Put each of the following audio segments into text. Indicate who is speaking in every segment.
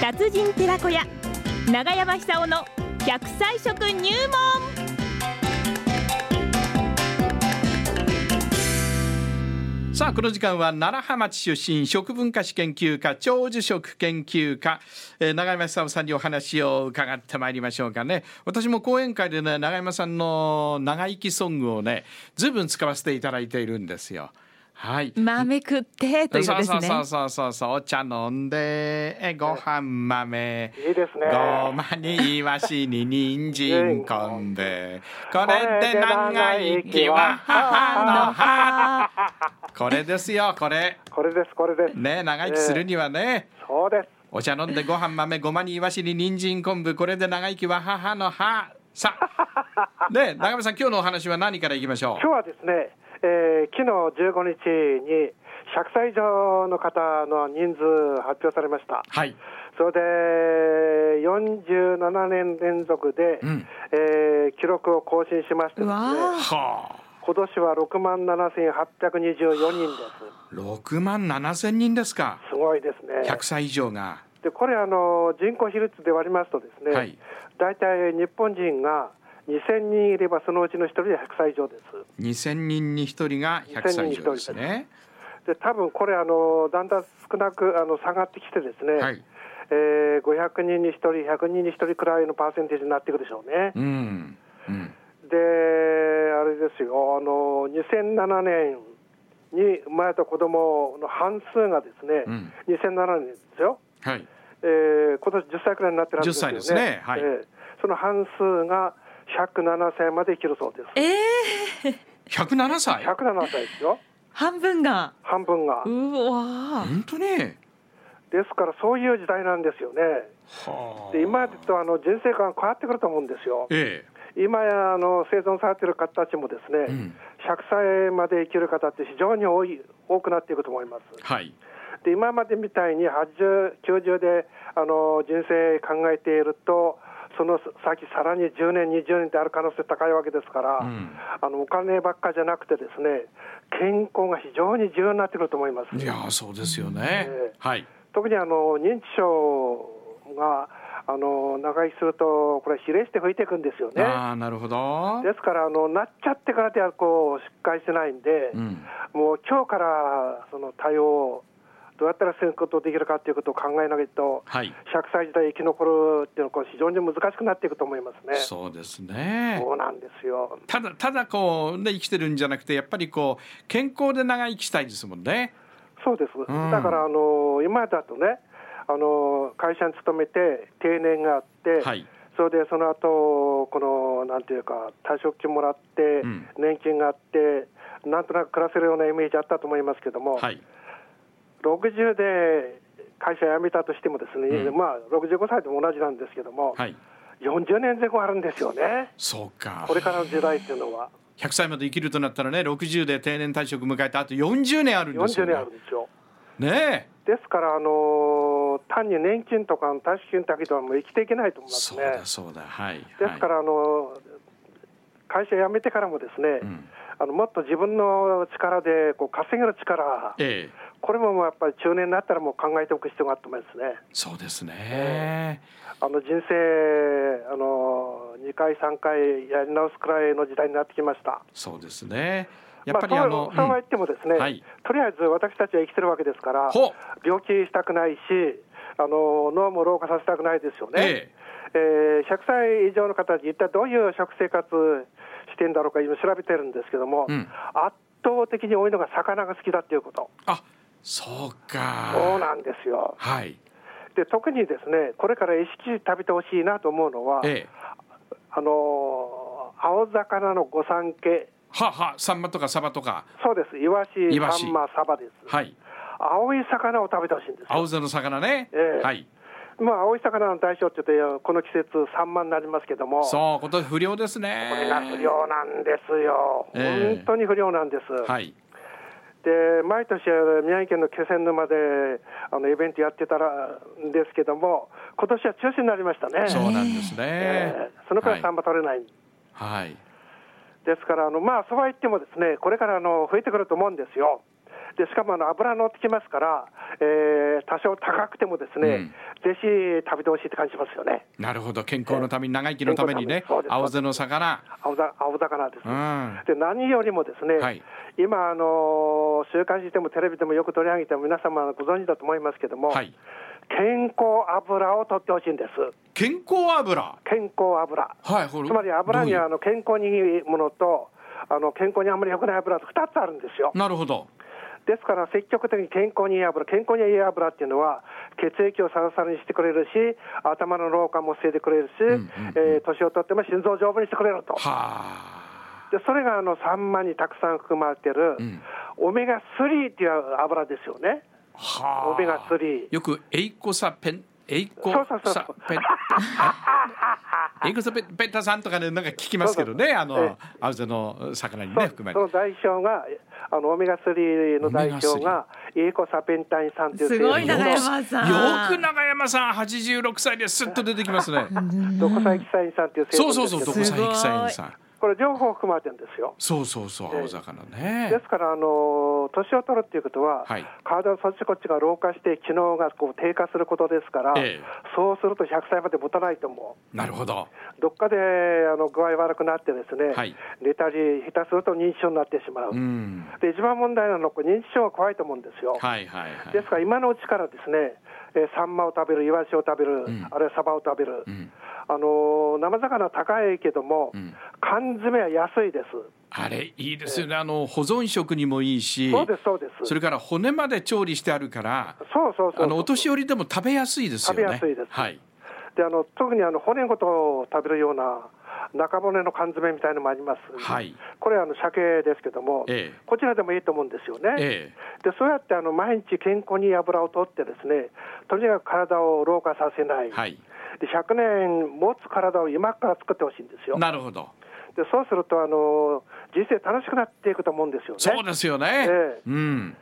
Speaker 1: 達人寺子屋長山久夫の百歳食入門
Speaker 2: さあこの時間は奈良浜町出身食文化史研究家長寿食研究家、えー、長山久夫さんにお話を伺ってまいりましょうかね私も講演会でね長山さんの長生きソングをねずいぶん使わせていただいているんですよはい
Speaker 1: 豆食ってということですね
Speaker 2: そうそうそうそうそうお茶飲んでえご飯豆
Speaker 3: いいですね。
Speaker 2: ごまにいわしに人参こんでこれで長生きは母の歯これですよこれ
Speaker 3: これです、これです。
Speaker 2: ね長生きするにはね
Speaker 3: そうです。
Speaker 2: お茶飲んでご飯豆ごまにいわしに人参昆布これで長生きは母の歯さあね長山さん今日のお話は何からいきましょ
Speaker 3: 今日はですね、えー昨日15日に100歳以上の方の人数発表されました
Speaker 2: う。はい
Speaker 3: それで47年連続で、
Speaker 2: うん
Speaker 3: えー記録を更新しましてです
Speaker 1: う
Speaker 3: ね、
Speaker 1: わ
Speaker 2: はあ
Speaker 3: 今年は6万7824人です。
Speaker 2: 6万7千人ですか
Speaker 3: すごいですね。
Speaker 2: 100歳以上が
Speaker 3: でこれあの人口比率で割りますとですね、
Speaker 2: はい
Speaker 3: 大体日本人が2000人いればそのうちの1人で100歳以上です。
Speaker 2: 2000人に1人が100歳以上ですね。
Speaker 3: で多分これあのだんだん少なくあの下がってきてですね、
Speaker 2: はい。
Speaker 3: えー500人に1人100人に1人くらいのパーセンテージになってくるでしょうね。
Speaker 2: うん。うん。
Speaker 3: であれですよあの2007年に生まれた子供の半数がですね、
Speaker 2: うん
Speaker 3: 2007年ですよ、
Speaker 2: はい。
Speaker 3: えー今年10歳くらいになってるはずですよね
Speaker 2: 10歳ですねはい
Speaker 3: えーその半数が107歳まで生きるそうです
Speaker 1: ええ
Speaker 2: 107歳。
Speaker 3: 107歳ですよ
Speaker 1: 半分が
Speaker 3: 半分が
Speaker 1: うわ
Speaker 2: 本当ね。
Speaker 3: ですからそういう時代なんですよね
Speaker 2: は
Speaker 3: で今までとあの人生観変わってくると思うんですよ
Speaker 2: え
Speaker 3: 今やあの生存されてる方たちもです
Speaker 2: え。う
Speaker 3: ね、
Speaker 2: ん。
Speaker 3: 100歳まで生きる方って非常に多い多くなっていくと思います
Speaker 2: はい。
Speaker 3: で今までみたいに80、90であの人生考えていると、その先、さらに10年、20年ってある可能性高いわけですから、
Speaker 2: うん
Speaker 3: あのお金ばっかじゃなくて、ですね健康が非常に重要になってくると思います。
Speaker 2: いやー、そうですよね
Speaker 3: ええ。
Speaker 2: はい。
Speaker 3: 特にあの認知症があの長生きすると、これ、比例して増えていくんですよね。
Speaker 2: ああ、なるほど。
Speaker 3: ですからあの、なっちゃってからではこうしっかりしてないんで。
Speaker 2: うん。
Speaker 3: もう今日からその対応をどうやったらすることできるかということを考えないと、
Speaker 2: はい。
Speaker 3: 100歳時代生き残るっていうのはこれ非常に難しくなっていくと思いますね。
Speaker 2: そうですね。
Speaker 3: そうなんですよ。
Speaker 2: ただただこうね生きてるんじゃなくてやっぱりこう健康で長生きしたいですもんね。
Speaker 3: そうです。
Speaker 2: ん
Speaker 3: だからあの今だとね、あの会社に勤めて定年があって、
Speaker 2: はい。
Speaker 3: それでその後このなんていうか退職金もらって
Speaker 2: うん
Speaker 3: 年金があって、なんとなく暮らせるようなイメージあったと思いますけども、
Speaker 2: はい。
Speaker 3: 60で会社辞めたとしてもですね、
Speaker 2: うん
Speaker 3: まあ65歳でも同じなんですけども、
Speaker 2: はい。
Speaker 3: 40年前後あるんですよね
Speaker 2: そうか
Speaker 3: こ。れからの時代っていうのは
Speaker 2: 100歳まで生きるとなったらね60で定年退職迎えたあと40年あるんです
Speaker 3: 40
Speaker 2: よね。
Speaker 3: 年あるんですよ
Speaker 2: ねえ。
Speaker 3: ですからあのー単に年金とかの退職金だけではもう生きていけないと思います
Speaker 2: そう
Speaker 3: ね
Speaker 2: だそうだはい。
Speaker 3: ですからあのー会社辞めてからもですね、
Speaker 2: はいうん、
Speaker 3: あのもっと自分の力でこう稼げる力
Speaker 2: ええ
Speaker 3: これももうやっぱり中年になったらもう考えておく必要があると思いますね
Speaker 2: そうですね。
Speaker 3: あの人生あの2回3回やり直すくらいの時代になってきました
Speaker 2: そうですね。やっぱり
Speaker 3: ま
Speaker 2: あ
Speaker 3: あ、
Speaker 2: の、
Speaker 3: そうそうは言ってもですね、
Speaker 2: はい
Speaker 3: とりあえず私たちは生きてるわけですから
Speaker 2: ほう
Speaker 3: 病気したくないしあの脳も老化させたくないですよね、
Speaker 2: え
Speaker 3: えー100歳以上の方たち一体どういう食生活してんだろうか今調べてるんですけども、
Speaker 2: うん
Speaker 3: 圧倒的に多いのが魚が好きだっていうこと
Speaker 2: あそうか。
Speaker 3: そうなんですよ
Speaker 2: はい。
Speaker 3: で特にですねこれから意識して食べてほしいなと思うのは、
Speaker 2: ええ
Speaker 3: あのー青魚の御三家
Speaker 2: ははサンマとかサバとか
Speaker 3: そうですイワシ
Speaker 2: イワシ
Speaker 3: サンマサバです、
Speaker 2: はい
Speaker 3: 青い魚を食べてほしいんですよ
Speaker 2: 青背の魚ね。
Speaker 3: ええ
Speaker 2: はい。
Speaker 3: まあ、青い魚の代表って言ってこの季節サンマになりますけどもこ
Speaker 2: そう今年不良ですね。
Speaker 3: れが不良なんですよ、
Speaker 2: ええ
Speaker 3: 本当に不良なんです、
Speaker 2: はい。
Speaker 3: で毎年宮城県の気仙沼であのイベントやってたらんですけども今年は中止になりましたね
Speaker 2: そうなんですね。
Speaker 3: ええそのくらいサンマ取れない、
Speaker 2: はい。はい。
Speaker 3: ですからあの、まあ、そうは言ってもですねこれからあの増えてくると思うんですよ。でしかもあの油乗ってきますから、えー多少高くてもですね、ぜひ食べてほしいって感じますよね。
Speaker 2: なるほど健康のために長生きのためにね
Speaker 3: そうです
Speaker 2: 青背の魚
Speaker 3: 青ざ青魚です、
Speaker 2: うん
Speaker 3: で何よりもですね、
Speaker 2: はい
Speaker 3: 今、あの週刊誌でもテレビでもよく取り上げても皆様ご存知だと思いますけども、
Speaker 2: はい
Speaker 3: 健康油を取ってほしいんです、
Speaker 2: 健康油
Speaker 3: 健康油、
Speaker 2: はいこれ
Speaker 3: つまり油にはあ
Speaker 2: ど
Speaker 3: の健康にいいものと、あの健康にあんまり良くない油と2つあるんですよ
Speaker 2: う。なるほど
Speaker 3: ですから積極的に健康にいい油、健康にいい油っていうのは、血液をサラサラにしてくれるし、頭の老化も防いでくれるし、えー年をとっても心臓を丈夫にしてくれると。
Speaker 2: はあ
Speaker 3: でそれがあのサンマにたくさん含まれてる、
Speaker 2: ん
Speaker 3: オメガ3っていう油ですよね。
Speaker 2: はあ
Speaker 3: オメガ3。
Speaker 2: よくエイコサペンエイコ
Speaker 3: そうそう
Speaker 2: サ
Speaker 3: そう
Speaker 2: ペンエイコサペペタさんとかねなんか聞きますけどねあ
Speaker 3: え
Speaker 2: の
Speaker 3: え
Speaker 2: 青背の魚に
Speaker 3: そ
Speaker 2: ね
Speaker 3: う
Speaker 2: 含ま
Speaker 3: そ
Speaker 2: れ
Speaker 3: の
Speaker 2: て
Speaker 3: 代表が、あのオメガ3の代表が、エイコサペンタイン酸っていう成
Speaker 4: すごい
Speaker 3: 分
Speaker 4: 長
Speaker 3: と、
Speaker 4: 山さん。
Speaker 2: よく長山さん86歳ですっと出てきますね
Speaker 3: ドコサエキサイン酸っていう成
Speaker 2: そ
Speaker 3: 分
Speaker 2: うそう
Speaker 3: です
Speaker 2: そう
Speaker 3: けど
Speaker 2: どこさん
Speaker 4: すごい
Speaker 2: ヘキサインさん
Speaker 3: これ、両方含まれてるんですよ。
Speaker 2: そうそうそう青魚
Speaker 3: で
Speaker 2: ね
Speaker 3: すから、あの年を取るっていうことは、
Speaker 2: はい
Speaker 3: 体のそっちこっちが老化して、機能がこう低下することですから、
Speaker 2: ええ
Speaker 3: そうすると100歳まで持たないと思う、
Speaker 2: なるほど
Speaker 3: どっかであの具合悪くなって、ですね、
Speaker 2: はい
Speaker 3: 寝たり、下手すると認知症になってしまう、
Speaker 2: うん
Speaker 3: で一番問題なのは、これ認知症が怖いと思うんですよ。
Speaker 2: はいはいはい
Speaker 3: ですから、今のうちからですね、えーサンマを食べる、イワシを食べる、
Speaker 2: ん
Speaker 3: あるいはサバを食べる、
Speaker 2: うん
Speaker 3: あのー生魚高いけども、
Speaker 2: ん
Speaker 3: 缶詰は安いです。
Speaker 2: あれいいですよねあの保存食にもいいし
Speaker 3: そうです、そうです。
Speaker 2: それから骨まで調理してあるから
Speaker 3: そうそうそうそう
Speaker 2: あのお年寄りでも食べやすいですよね
Speaker 3: 食べやすいです
Speaker 2: はい
Speaker 3: であの特にあの骨ごと食べるような中骨の缶詰みたいのもあります、
Speaker 2: はい
Speaker 3: これあの鮭ですけども、
Speaker 2: ええ
Speaker 3: こちらでもいいと思うんですよね、
Speaker 2: ええ
Speaker 3: でそうやってあの毎日健康にいい油を取ってですねとにかく体を老化させない、
Speaker 2: はい
Speaker 3: で100年持つ体を今から作ってほしいんですよ
Speaker 2: なるほど
Speaker 3: でそうするとあの人生楽しくなっていくと思うんですよね
Speaker 2: そうですよね
Speaker 3: ええ
Speaker 2: うん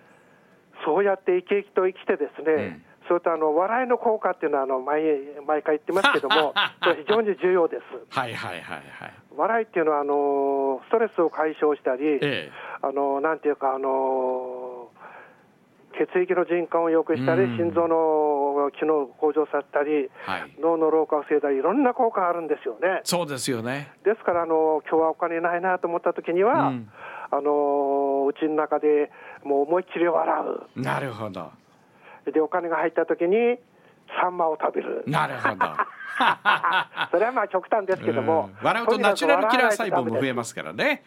Speaker 3: そうやって生き生きと生きてですね、それとあの笑いの効果っていうのはあの毎毎回言ってますけ どもこれ非常に重要です
Speaker 2: はいはいはいはい
Speaker 3: 笑いっていうのはあのストレスを解消したり、
Speaker 2: ええ
Speaker 3: あのなんていうかあの血液の循環を良くしたり、
Speaker 2: うん
Speaker 3: 心臓の機能を向上させたり、
Speaker 2: はい
Speaker 3: 脳の老化を防いだり、いろんな効果があるんですよね。
Speaker 2: そうですよね
Speaker 3: ですからあの今日はお金ないなと思った時には、
Speaker 2: うん
Speaker 3: あのうちの中でもう思いっきり笑
Speaker 2: なるほど
Speaker 3: う、でお金が入った時にサンマを食べる。
Speaker 2: なるほど
Speaker 3: それはまあ極端 ですけども、。
Speaker 2: うん笑うとナチュラルキラー細胞も増えますすからね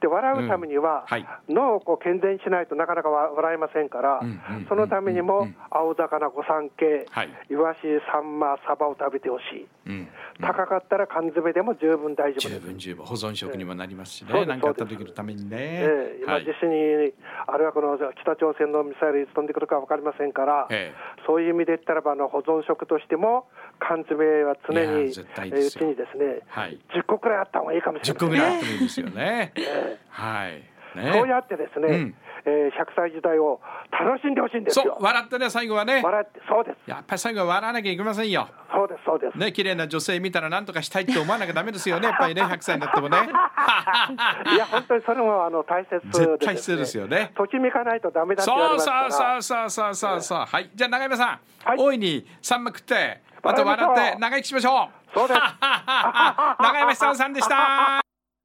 Speaker 3: で笑うために
Speaker 2: う
Speaker 3: は、
Speaker 2: んはい
Speaker 3: 脳をこう健全にしないとなかなかわ笑えませんから、
Speaker 2: うんうん
Speaker 3: そのためにも、青魚御三家、
Speaker 2: はい
Speaker 3: イワシサンマサバを食べてほしい、
Speaker 2: うん
Speaker 3: 高かったら缶詰でも十分大丈夫
Speaker 2: 十
Speaker 3: です、
Speaker 2: 分十分保存食にもなりますし
Speaker 3: そ
Speaker 2: ね
Speaker 3: うです
Speaker 2: 何かあった時のために
Speaker 3: え
Speaker 2: ね
Speaker 3: え今
Speaker 2: はい
Speaker 3: 実際に、あれはこの北朝鮮のミサイルいつ飛んでくるか分かりませんから、
Speaker 2: ええ
Speaker 3: そういう意味で言ったらばあの保存食としても缶詰は常
Speaker 2: いや
Speaker 3: に、
Speaker 2: 絶対
Speaker 3: え
Speaker 2: で
Speaker 3: う
Speaker 2: す
Speaker 3: ち
Speaker 2: よ
Speaker 3: にですね、
Speaker 2: はい
Speaker 3: 10個くらいあった方がいいかもし
Speaker 2: 10
Speaker 3: れませ
Speaker 2: 個
Speaker 3: ん
Speaker 2: ぐ
Speaker 3: ね
Speaker 2: らいあってもいいですよねはいね
Speaker 3: そうやってですね、
Speaker 2: うん
Speaker 3: えー100歳時代を楽しんでほしいんです
Speaker 2: そう
Speaker 3: よ。
Speaker 2: 笑ってね最後はね
Speaker 3: 笑って、そうです、
Speaker 2: やっぱり最後は笑わなきゃいけませんよ
Speaker 3: そうです、そうです。
Speaker 2: ね綺麗な女性見たら何とかしたいって思わなきゃダメです よねやっぱりね100歳になってもね
Speaker 3: いや、本当にそれもあの大切です、ね。
Speaker 2: 絶対必要ですよね
Speaker 3: ときめかないとダメだって言われ
Speaker 2: そう
Speaker 3: ますか
Speaker 2: そう
Speaker 3: ら。
Speaker 2: そうそうそうそうそうはいじゃあ長山さん、
Speaker 3: はい
Speaker 2: 大いにサンマ食ってまた
Speaker 3: わかりました
Speaker 2: 笑って長生きしましょう
Speaker 3: そうです
Speaker 2: 長山久夫さんでした